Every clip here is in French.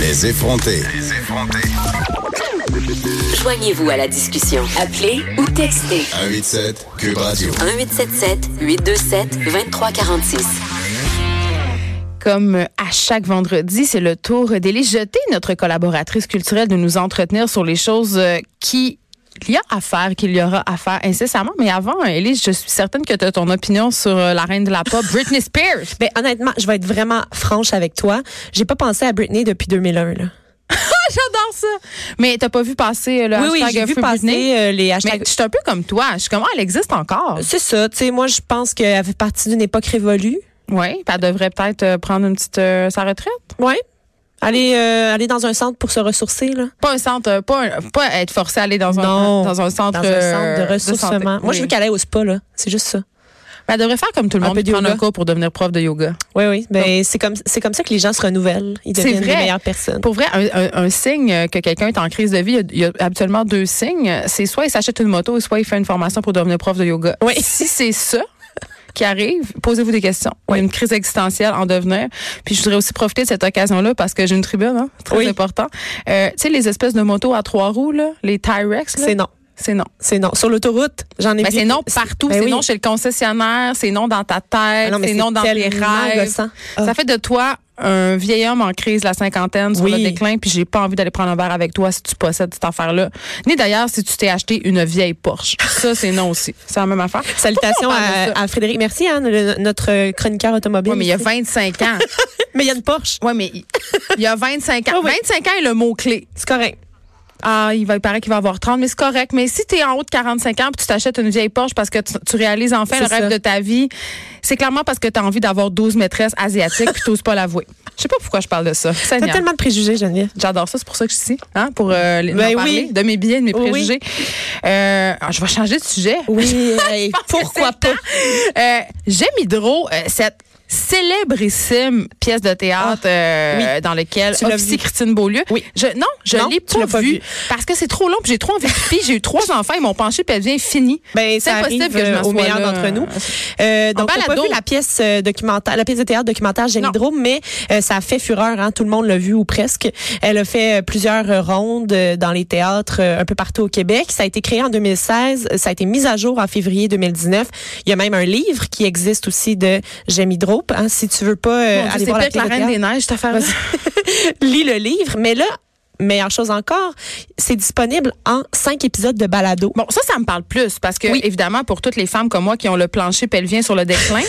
Les effronter. Joignez-vous à la discussion. Appelez ou textez 187 Cube Radio. 1877 827 2346. Comme à chaque vendredi, c'est le tour d'Élie Jeté, notre collaboratrice culturelle, de nous entretenir sur les choses euh, qui qu'il y a à faire, qu'il y aura à faire incessamment. Mais avant, Elise, je suis certaine que tu as ton opinion sur euh, la reine de la pop, Britney Spears. Ben, honnêtement, je vais être vraiment franche avec toi. J'ai pas pensé à Britney depuis 2001. Là. J'adore ça. Mais t'as pas vu passer euh, le Oui, oui, hashtag j'ai vu Free Britney? passer euh, les Mais hashtags. je suis un peu comme toi. Je suis comme, ah, elle existe encore. C'est ça, tu sais, moi, je pense qu'elle fait partie d'une époque révolue. Oui, puis elle devrait peut-être euh, prendre une petite euh, sa retraite. Ouais. Aller, euh, aller dans un centre pour se ressourcer, là. Pas un centre, euh, pas, un- pas être forcée à aller dans, Non. un, dans un centre, Dans un centre euh, de ressourcement. santé. Moi, je veux Oui. qu'elle aille au spa, là. C'est juste ça. Ben, Elle devrait faire comme tout le Un monde, peu puis de prendre un yoga. cours pour devenir prof de yoga. Oui, oui. Ben, c'est comme, c'est comme ça que les gens se renouvellent. Ils C'est deviennent des vrai. meilleures personnes. Pour vrai, un, un- un signe euh, que quelqu'un est en crise de vie, il y a- il y, a habituellement deux signes. C'est soit il s'achète une moto, soit il fait une formation pour devenir prof de yoga. Oui. Si c'est ça qui arrive, posez-vous des questions. Il y a Une crise existentielle en devenir. Puis je voudrais aussi profiter de cette occasion-là parce que j'ai une tribune, hein, c'est très Oui. important. Euh, tu sais, les espèces de motos à trois roues, là, les Tyrex, là, C'est non. c'est non. C'est non. Sur l'autoroute, j'en ai Ben, vu- c'est non partout. Ben c'est oui. non chez le concessionnaire, c'est non dans ta Ah tête, non, mais c'est c'est non dans tes tellement rêves. gossant. Ça Ah. fait de toi un vieil homme en crise, la cinquantaine, sur le Oui. déclin, puis j'ai pas envie d'aller prendre un verre avec toi si tu possèdes cette affaire-là. Ni d'ailleurs si tu t'es acheté une vieille Porsche. Ça, c'est non aussi. C'est la même affaire. Salutations Pourquoi on parle de à, à Frédéric. Merci, Anne, le- notre chroniqueur automobile. Ouais, mais il y a 25 ans. Mais il y a une Porsche. Ouais, mais il- il y a 25 ans. 25 ans est le mot-clé. C'est correct. Ah, il va il paraît qu'il va avoir 30, mais c'est correct. Mais si tu es en haut de 45 ans puis tu t'achètes une vieille Porsche parce que tu, tu réalises enfin le C'est rêve ça. de ta vie, c'est clairement parce que tu as envie d'avoir 12 maîtresses asiatiques puis t'oses pas l'avouer. Je sais pas pourquoi je parle de ça. T'as Seigneur. tellement de préjugés, Geneviève. J'adore ça, c'est pour ça que je suis ici, hein, pour euh, les- Ben en parler oui. de mes billets, de mes Oui. préjugés. Euh, ah, je vais changer de sujet. Oui, hey, pense que pourquoi c'est pas? le temps. Euh, J'aime Hydro, euh, cette célébrissime pièce de théâtre euh, dans laquelle Ah, Tu l'as Officie vu. Christine Beaulieu. Oui. Je, non, je Non, l'ai tu pas, l'as pas vue vu. parce que c'est trop long, puis j'ai trop envie de pipi, j'ai eu trois enfants, ils m'ont penché, puis elle devient finie. Ben, C'est ça impossible arrive que je m'en euh, aux sois meilleurs là. d'entre nous. Euh, donc, on n'a pas balado. vu la pièce euh, documentaire, la pièce de théâtre documentaire Jenny Non. Drôme, mais euh, ça a fait fureur. Hein? Tout le monde l'a vu ou presque. Elle a fait euh, plusieurs euh, rondes euh, dans les théâtres euh, un peu partout au Québec. Ça a été créé en 2016. euh, Ça a été mis à jour en février 2019. Il y a même un livre qui existe aussi de Jenny Drôme. Hein? Si tu veux pas euh, Mon Dieu, aller c'est voir la pire que la pièce de Reine théâtre, des Neiges, cette affaire-là. lis le livre. Mais là, meilleure chose encore, c'est disponible en cinq épisodes de balado. Bon, ça, ça me parle plus parce que, Oui. évidemment, pour toutes les femmes comme moi qui ont le plancher pelvien sur le déclin,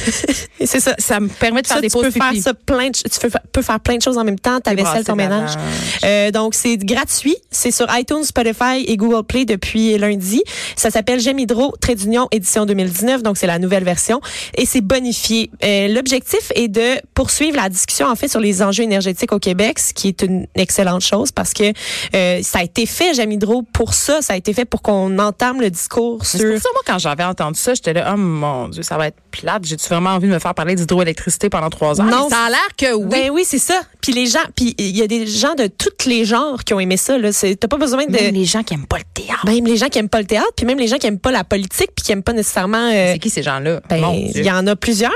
Et c'est ça. ça me permet de faire Ça, des tu peux pauses faire pipi. ça plein de, ch- tu peux, fa- peux faire plein de choses en même temps, ta Les vaisselle, ton brasser de la ménage. vache. Euh, donc c'est gratuit, c'est sur iTunes, Spotify et Google Play depuis lundi. Ça s'appelle J'aime Hydro Trait d'Union édition 2019, donc c'est la nouvelle version et c'est bonifié. Euh, L'objectif est de poursuivre la discussion en fait sur les enjeux énergétiques au Québec, ce qui est une excellente chose parce que euh, ça a été fait J'aime Hydro pour ça, ça a été fait pour qu'on entame le discours Mais C'est sur pour ça, moi, quand j'avais entendu ça, j'étais là, oh mon Dieu, ça va être plate. J'ai-tu vraiment envie de me faire parler d'hydroélectricité pendant trois heures? Ah, Non, Mais ça a l'air que oui. Ben oui, c'est ça. Puis les gens, puis il y a des gens de tous les genres qui ont aimé ça. Là, C'est- t'as pas besoin de Même les gens qui aiment pas le théâtre. même les gens qui aiment pas le théâtre, puis même les gens qui aiment pas la politique, puis qui aiment pas nécessairement. euh, C'est qui ces gens-là? ben, Mon Dieu. il y en a plusieurs.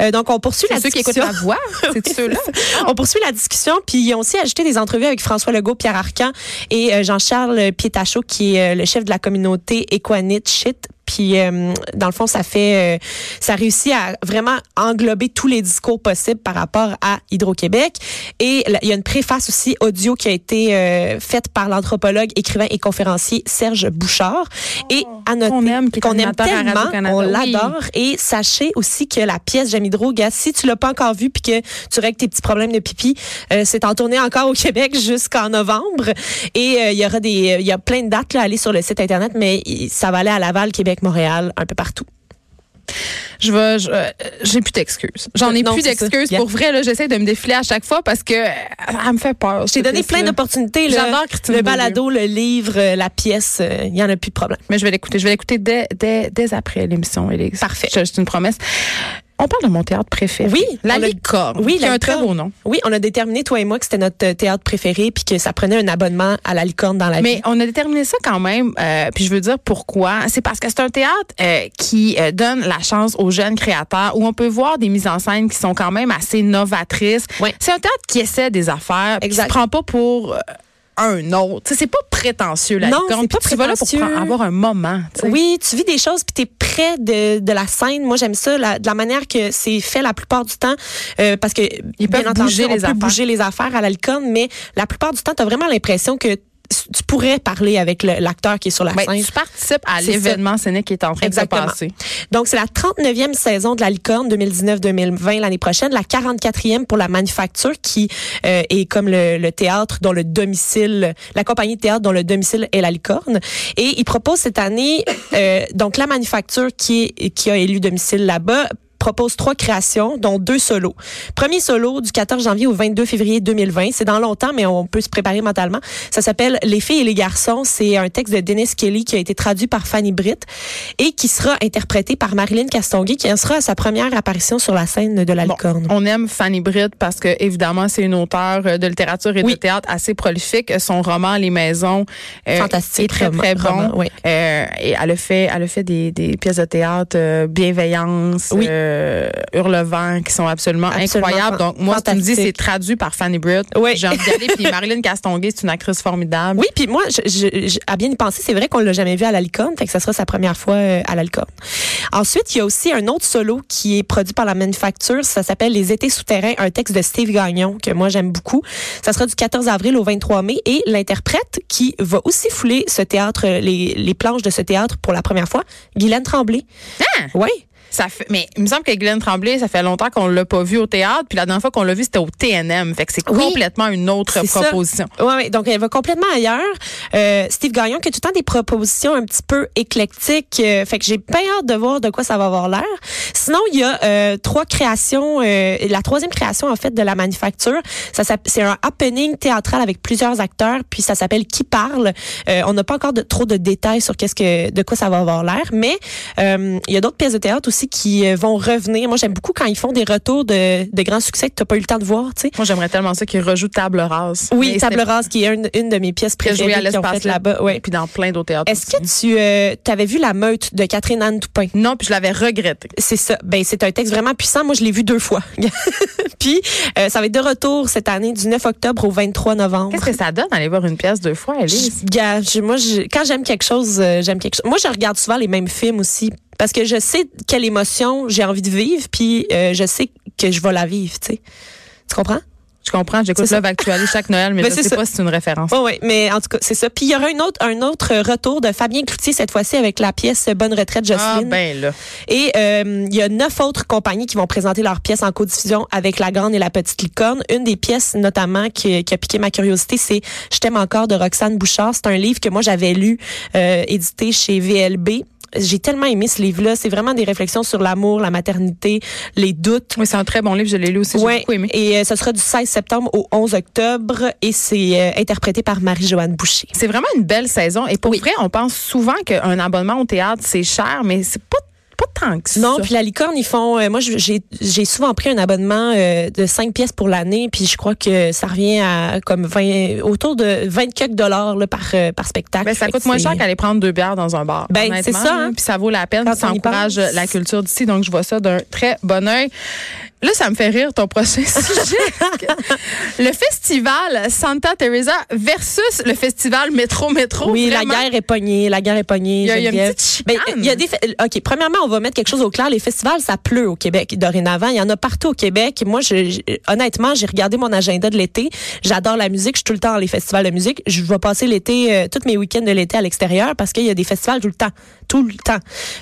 Euh, donc on poursuit la C'est ceux qui discussion. écoutent la voix? C'est ceux-là? On poursuit la discussion, puis ils ont aussi ajouté des entrevues avec François Legault, Pierre Arcan et euh, Jean-Charles Pietachot, qui est euh, le chef de la communauté Equanit Shit. Puis, euh, dans le fond, ça fait, euh, ça réussit à vraiment englober tous les discours possibles par rapport à Hydro-Québec. Et là, il y a une préface aussi audio qui a été euh, faite par l'anthropologue, écrivain et conférencier Serge Bouchard. Et à noter Oh, Qu'on aime, qui est qu'on aime animateur à tellement, Radio-Canada. on Oui. l'adore. Et sachez aussi que la pièce Jamidro, gars, si tu l'as pas encore vue puis que tu règles tes petits problèmes de pipi, euh, c'est en tournée encore au Québec jusqu'en novembre. Et euh, il y aura des, euh, il y a plein de dates là, à aller sur le site internet, mais il- ça va aller à Laval, Québec, Montréal, un peu partout. Je vais, je- euh, j'ai plus d'excuses. J'en ai Non, plus c'est ça. d'excuses. Yeah. Pour vrai, là, j'essaie de me défiler à chaque fois parce que euh, elle me fait peur. Je t'ai donné plein d'opportunités. là. J'adore Christine Le Beaulieu. balado, le livre, euh, la pièce, euh, il y en a plus de problème. Mais je vais l'écouter. Je vais l'écouter dès, dès, dès après l'émission, Élise. Parfait. C'est juste une promesse. On parle de mon théâtre préféré. Oui, La on a- Licorne. oui, qui la a un très Licorne. beau nom. Oui, on a déterminé, toi et moi, que c'était notre euh, théâtre préféré puis que ça prenait un abonnement à la licorne dans la vie. Mais on a déterminé ça quand même. euh, puis je veux dire pourquoi. C'est parce que c'est un théâtre euh, qui euh, donne la chance aux jeunes créateurs où on peut voir des mises en scène qui sont quand même assez novatrices. Oui. C'est un théâtre qui essaie des affaires. puis Qui se Exact. prend pas pour euh, un autre. Tu sais, C'est pas prétentieux la Non, licorne. c'est Puis pas tu vas là pour prétentieux. prendre- avoir un moment. tu sais. Oui, tu vis des choses puis t'es près de, de la scène. Moi, j'aime ça, la- de la manière que c'est fait la plupart du temps, euh, parce que Ils peuvent bouger on les peut affaires. bouger les affaires à l'alcool, mais la plupart du temps, t'as vraiment l'impression que s- tu pourrais parler avec le- l'acteur qui est sur la Ben, scène. tu participes à C'est ça. l'événement scénique qui est en train Exactement. de se passer. Donc, c'est la 39e saison de la licorne 2019-2020 l'année prochaine, la 44e pour la manufacture qui euh, est comme le, le théâtre dont le domicile, la compagnie de théâtre dont le domicile est la licorne. Et ils proposent cette année, euh, donc la manufacture qui, est- qui a élu domicile là-bas propose trois créations, dont deux solos. Premier solo du 14 janvier au 22 février 2020. C'est dans longtemps, mais on peut se préparer mentalement. Ça s'appelle Les filles et les garçons. C'est un texte de Dennis Kelly qui a été traduit par Fanny Britt et qui sera interprété par Marilyn Castonguay, qui en sera à sa première apparition sur la scène de la Bon, licorne. on aime Fanny Britt parce que évidemment c'est une auteure euh, de littérature et Oui. de théâtre assez prolifique. Euh, Son roman Les Maisons euh, Fantastique est très roman- très bon. roman, oui. Euh, et elle a fait elle a fait des, des pièces de théâtre euh, Bienveillance, Oui. euh, Hurlevent qui sont absolument, Absolument incroyables. fan- Donc moi si tu me dis c'est fantastique. traduit par Fanny Britt. Oui. J'ai envie d'y aller puis Marilyn Castonguay c'est une actrice formidable. Oui, puis moi, je, je- je- à bien y penser, c'est vrai qu'on l'a jamais vu à la licorne, fait que ça sera sa première fois euh, à la licorne. Ensuite, il y a aussi un autre solo qui est produit par la manufacture. Ça s'appelle Les Étés souterrains, un texte de Steve Gagnon que moi j'aime beaucoup. Ça sera du 14 avril au 23 mai et l'interprète qui va aussi fouler ce théâtre, euh, les, les planches de ce théâtre pour la première fois, Guylaine Tremblay. Hein? Oui. Ça fait, mais il me semble que Glenn Tremblay, ça fait longtemps qu'on l'a pas vu au théâtre, puis la dernière fois qu'on l'a vu, c'était au TNM. Fait que c'est Oui. complètement une autre C'est ça. proposition. Ouais, ouais, donc elle va complètement ailleurs. Euh, Steve Gagnon qui a tout le temps des propositions un petit peu éclectiques. euh, fait que j'ai bien hâte de voir de quoi ça va avoir l'air. Sinon, il y a euh, trois créations. euh, la troisième création, en fait, de la manufacture, ça s'app- c'est un happening théâtral avec plusieurs acteurs. Puis ça s'appelle Qui parle. Euh, on n'a pas encore de, trop de détails sur qu'est-ce que de quoi ça va avoir l'air, mais euh, il y a d'autres pièces de théâtre aussi qui euh, vont revenir. Moi, j'aime beaucoup quand ils font des retours de, de grands succès que t'as pas eu le temps de voir, tu sais. Moi, j'aimerais tellement ça qu'ils rejouent Table Rase. Oui, Mais Table c'était rase qui est une, une de mes pièces très joué à préférées qui ont l'espace fait là-bas. Ouais. Puis dans plein d'autres théâtres. Est-ce aussi. que tu avais vu la meute de Catherine Anne Toupin? Non, puis je l'avais regretté. C'est ça. Ben c'est un texte vraiment puissant. Moi, je l'ai vu deux fois. Puis euh, ça va être de retour cette année du 9 octobre au 23 novembre. Qu'est-ce que ça donne d'aller voir une pièce deux fois, Elise? Je- gars, je- moi, je- quand j'aime quelque chose, euh, j'aime quelque chose. Moi, je regarde souvent les mêmes films aussi parce que je sais quelle émotion j'ai envie de vivre, puis euh, je sais que je vais la vivre. Tu sais, tu comprends? Je comprends, j'écoute C'est ça. Love Actually chaque Noël, mais Ben, je c'est sais ça. pas si c'est une référence. Oui, oui, mais en tout cas, c'est ça. Puis il y aura une autre, un autre retour de Fabien Cloutier cette fois-ci avec la pièce Bonne retraite Ah Jocelyne. ben là. Et euh, il y a neuf autres compagnies qui vont présenter leurs pièces en codiffusion avec La Grande et La Petite Licorne. Une des pièces notamment qui, qui a piqué ma curiosité, c'est Je t'aime encore de Roxane Bouchard. C'est un livre que moi j'avais lu, euh, édité chez VLB. J'ai tellement aimé ce livre-là. C'est vraiment des réflexions sur l'amour, la maternité, les doutes. Oui, c'est un très bon livre, je l'ai lu aussi, j'ai Ouais. beaucoup aimé. Et euh, ce sera du 16 septembre au 11 octobre et c'est euh, interprété par Marie-Joanne Boucher. C'est vraiment une belle saison. Et pour vrai, on pense souvent qu'un abonnement au théâtre, c'est cher, mais c'est pas, pas tant que ça. Non, puis la licorne, ils font. euh, moi, je- j'ai j'ai souvent pris un abonnement euh, de 5 pièces pour l'année, puis je crois que ça revient à comme 20, autour de 20 quelques dollars là, par, euh, par spectacle. Ben, ça Fait que coûte moins c'est- cher qu'aller prendre deux bières dans un bar. Ben, honnêtement, c'est ça, hein. là. Puis ça vaut la peine. Quand puis Ça on y encourage pense. la culture d'ici. Donc, je vois ça d'un très bon œil. Là, ça me fait rire ton prochain sujet. le festival Santa Teresa versus le festival Métro Métro. Oui, Vraiment, la guerre est pognée, la guerre est pognée. Il y a- il y a une Geneviève. petite Ben, chicane. il y a des. fe- Ok, premièrement, on va mettre quelque chose au clair. Les festivals, ça pleut au Québec dorénavant. Il y en a partout au Québec. Moi, je, je- honnêtement, j'ai regardé mon agenda de l'été. J'adore la musique. Je suis tout le temps dans les festivals de musique. Je vais passer l'été, euh, tous mes week-ends de l'été à l'extérieur parce qu'il y a des festivals tout le temps, tout le temps.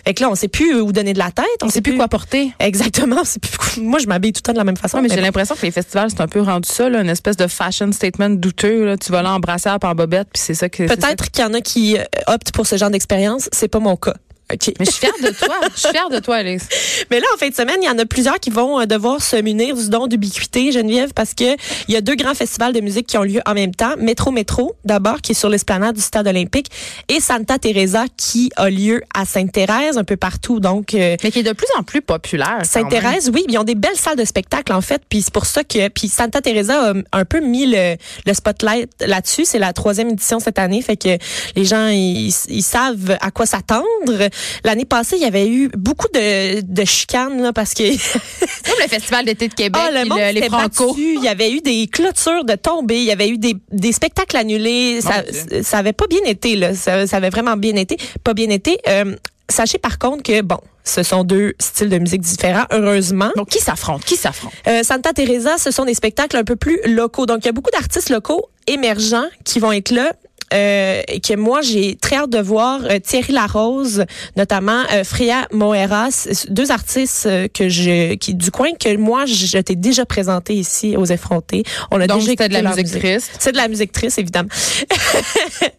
Fait que là, on sait plus euh, où donner de la tête. On sait plus quoi porter. Exactement. on sait plus- Moi, je m'habille tout le temps de la même façon. Ouais, mais j'ai Mais bon. l'impression que les festivals, c'est un peu rendu ça, là, une espèce de fashion statement douteux. là. Tu vas là en brassière par bobette, puis c'est ça que c'est ça Peut-être qu'il y en a qui euh, optent pour ce genre d'expérience. C'est pas mon cas. OK. Mais je suis fière de toi. Je suis fière de toi, Alex. Mais là, en fin de semaine, il y en a plusieurs qui vont euh, devoir se munir du don d'ubiquité, Geneviève, parce que il y a deux grands festivals de musique qui ont lieu en même temps. Métro Métro, d'abord, qui est sur l'esplanade du Stade olympique, et Santa Teresa, qui a lieu à Sainte-Thérèse, un peu partout. Donc, euh, Mais qui est de plus en plus populaire. Ah, quand même. Sainte-Thérèse, oui, ils ont des belles salles de spectacle en fait, puis c'est pour ça que puis Santa Teresa a euh, un peu mis le, le spotlight là-dessus. C'est la troisième édition cette année, fait que les gens ils, ils savent à quoi s'attendre. L'année passée, il y avait eu beaucoup de, de chicanes là, parce que Comme le Festival d'été de Québec, Ah, puis le monde le- les s'était Franco. battu. Il y avait eu des clôtures de tombées. Il y avait eu des, des spectacles annulés. Ça, Dieu. ça avait pas bien été, là. Ça, ça avait vraiment bien été. Pas bien été. Euh, sachez par contre que, bon, ce sont deux styles de musique différents, heureusement. Donc, qui s'affronte? Qui s'affronte? Euh, Santa Teresa, ce sont des spectacles un peu plus locaux. Donc, il y a beaucoup d'artistes locaux émergents qui vont être là. Euh, et que moi j'ai très hâte de voir Euh, Thierry Larose notamment euh, Freya Moeras deux artistes euh, que je qui du coin que moi je, je t'ai déjà présenté ici aux effrontés on a Donc, déjà c'était de la écouté leur musique triste. c'est de la musique triste, évidemment.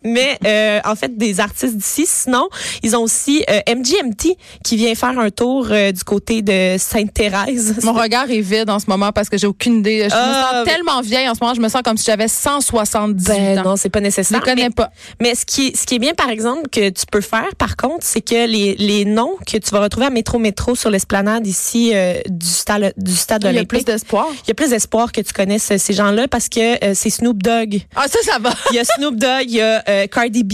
Mais euh, en fait, des artistes d'ici. Sinon, ils ont aussi euh, MGMT qui vient faire un tour euh, du côté de Sainte-Thérèse. Mon regard est vide en ce moment parce que j'ai aucune idée. Je Ah, me sens mais- tellement vieille en ce moment. Je me sens comme si j'avais 170 Ben ans. non, c'est pas je ne nécessaire. connais mais, pas. mais ce qui, est- ce qui est bien, par exemple, que tu peux faire, par contre, c'est que les, les noms que tu vas retrouver à Métro Métro sur l'esplanade ici euh, du stade, du stade Il y a plus olympique, d'espoir. il y a plus d'espoir que tu connaisses euh, ces gens-là parce que euh, c'est Snoop Dogg. Ah, ça, ça va. Il y a Snoop Dogg, il y a euh, Cardi B.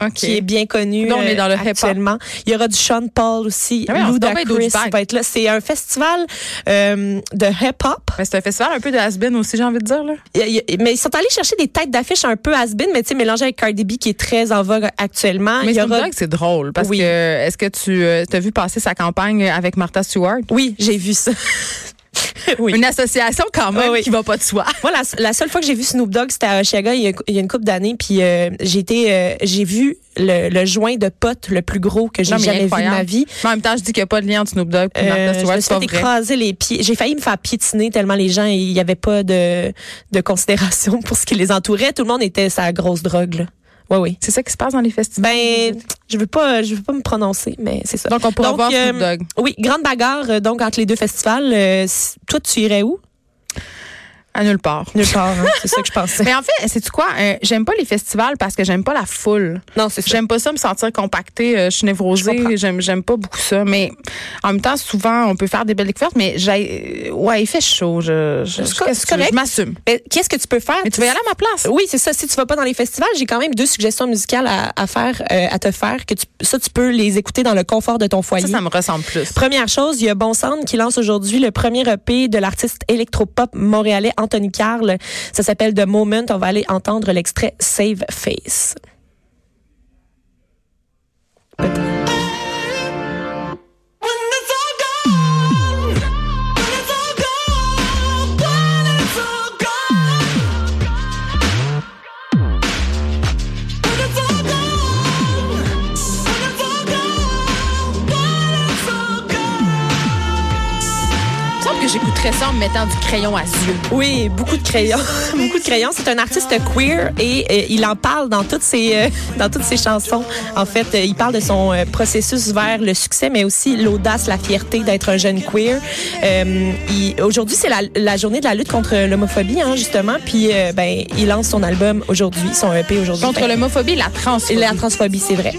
OK. qui est bien connu Là, on est dans le euh, hip-hop. actuellement. Il y aura du Sean Paul aussi, Ah oui, on se tombe avec d'autres Ludacris bagues. va être là. C'est un festival euh, de hip-hop. Mais ben, c'est un festival un peu de has-been aussi, j'ai envie de dire. Là. Il y a- Mais ils sont allés chercher des têtes d'affiches un peu has-been, mais tu sais, mélangé avec Cardi B qui est très en vogue actuellement. Mais Il y Snoop aura- Dogg, c'est drôle parce Oui. que est-ce que tu as vu passer sa campagne avec Martha Stewart? Oui, j'ai vu ça. oui. Une association quand même Ah oui. qui va pas de soi. Moi, la, la seule fois que j'ai vu Snoop Dogg, c'était à Oshiaga il y a, il y a une couple d'années, puis euh, j'ai été, euh, j'ai vu le, le joint de pote le plus gros que j'ai Non, mais jamais vu de incroyable. ma vie. Mais en même temps, je dis qu'il n'y a pas de lien entre Snoop Dogg et Euh, Martha je Stewart. me C'est pas suis fait vrai. écraser les pieds. J'ai failli me faire piétiner tellement les gens, il n'y avait pas de, de considération pour ce qui les entourait. Tout le monde était sa grosse drogue. Là. Ouais, oui. C'est ça qui se passe dans les festivals. Ben, je veux pas, je veux pas me prononcer, mais c'est ça. Donc, on pourra voir Snoop euh, Dogg. Oui, grande bagarre euh, donc entre les deux festivals. Euh, si- toi, tu irais où à nulle part. Nulle part. hein, c'est ça que je pensais. Mais en fait, c'est tu quoi? Euh, j'aime pas les festivals parce que j'aime pas la foule. Non, c'est ça. J'aime pas ça me sentir compactée, euh, je suis Je comprends. névrosée, j'aime j'aime pas beaucoup ça, mais en même temps souvent on peut faire des belles découvertes mais j'ai euh, ouais, il fait chaud, je je, C'est co- qu'est-ce c'est que- je correct. m'assume. Mais Qu'est-ce que tu peux faire Mais tu vas y aller à ma place. Oui, c'est ça. Si tu vas pas dans les festivals, j'ai quand même deux suggestions musicales à, à faire, euh, à te faire. Que tu, ça, tu peux les écouter dans le confort de ton foyer. Ça ça me ressemble plus. Première chose, il y a Bon Sound qui lance aujourd'hui le premier EP de l'artiste électropop montréalais Anthony Carl. Ça s'appelle The Moment. On va aller entendre l'extrait Save Face. Il me semble que j'écouterais ça en me mettant du crayon à yeux. Oui, beaucoup de crayons, beaucoup de crayons. C'est un artiste queer et euh, il en parle dans toutes ses euh, dans toutes ses chansons. En fait, euh, il parle de son euh, processus vers le succès, mais aussi l'audace, la fierté d'être un jeune queer. Euh, il- aujourd'hui, c'est la, la journée de la lutte contre l'homophobie, hein, justement. Puis, euh, ben, il lance son album aujourd'hui, son EP aujourd'hui. Contre Ben, l'homophobie et la transphobie. et La transphobie, c'est vrai.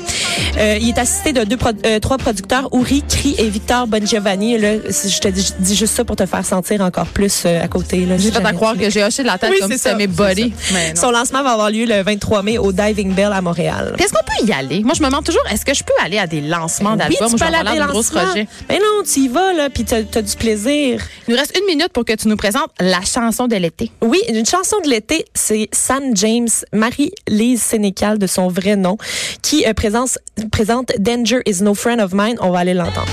Euh, il est assisté de deux pro- euh, trois producteurs, Uri, Cri et Victor Bongiovanni. Là, si je te dis, dis juste ça pour te faire sentir encore plus euh, à côté. là, si J'ai fait à jamais croire tu- que j'ai hoché de la tête Oui, comme c'est si c'était ça, mes c'est body. ça. Ben Mais non. Son lancement va avoir lieu le 23 mai au Diving Bell à Montréal. Puis Est-ce qu'on peut y aller? Moi, je me demande toujours, est-ce que je peux aller à des lancements Ben Oui, d'albums tu ou peux j'en aller à ai des un gros lancements. projet? Mais non, tu y vas, là, puis t'as, t'as du plaisir. Il nous reste une minute pour que tu nous présentes la chanson de l'été. Oui, une chanson de l'été, c'est Sam James, Marie-Lise Sénécal de son vrai nom, qui euh, présente, présente Danger is no friend of mine. On va aller l'entendre.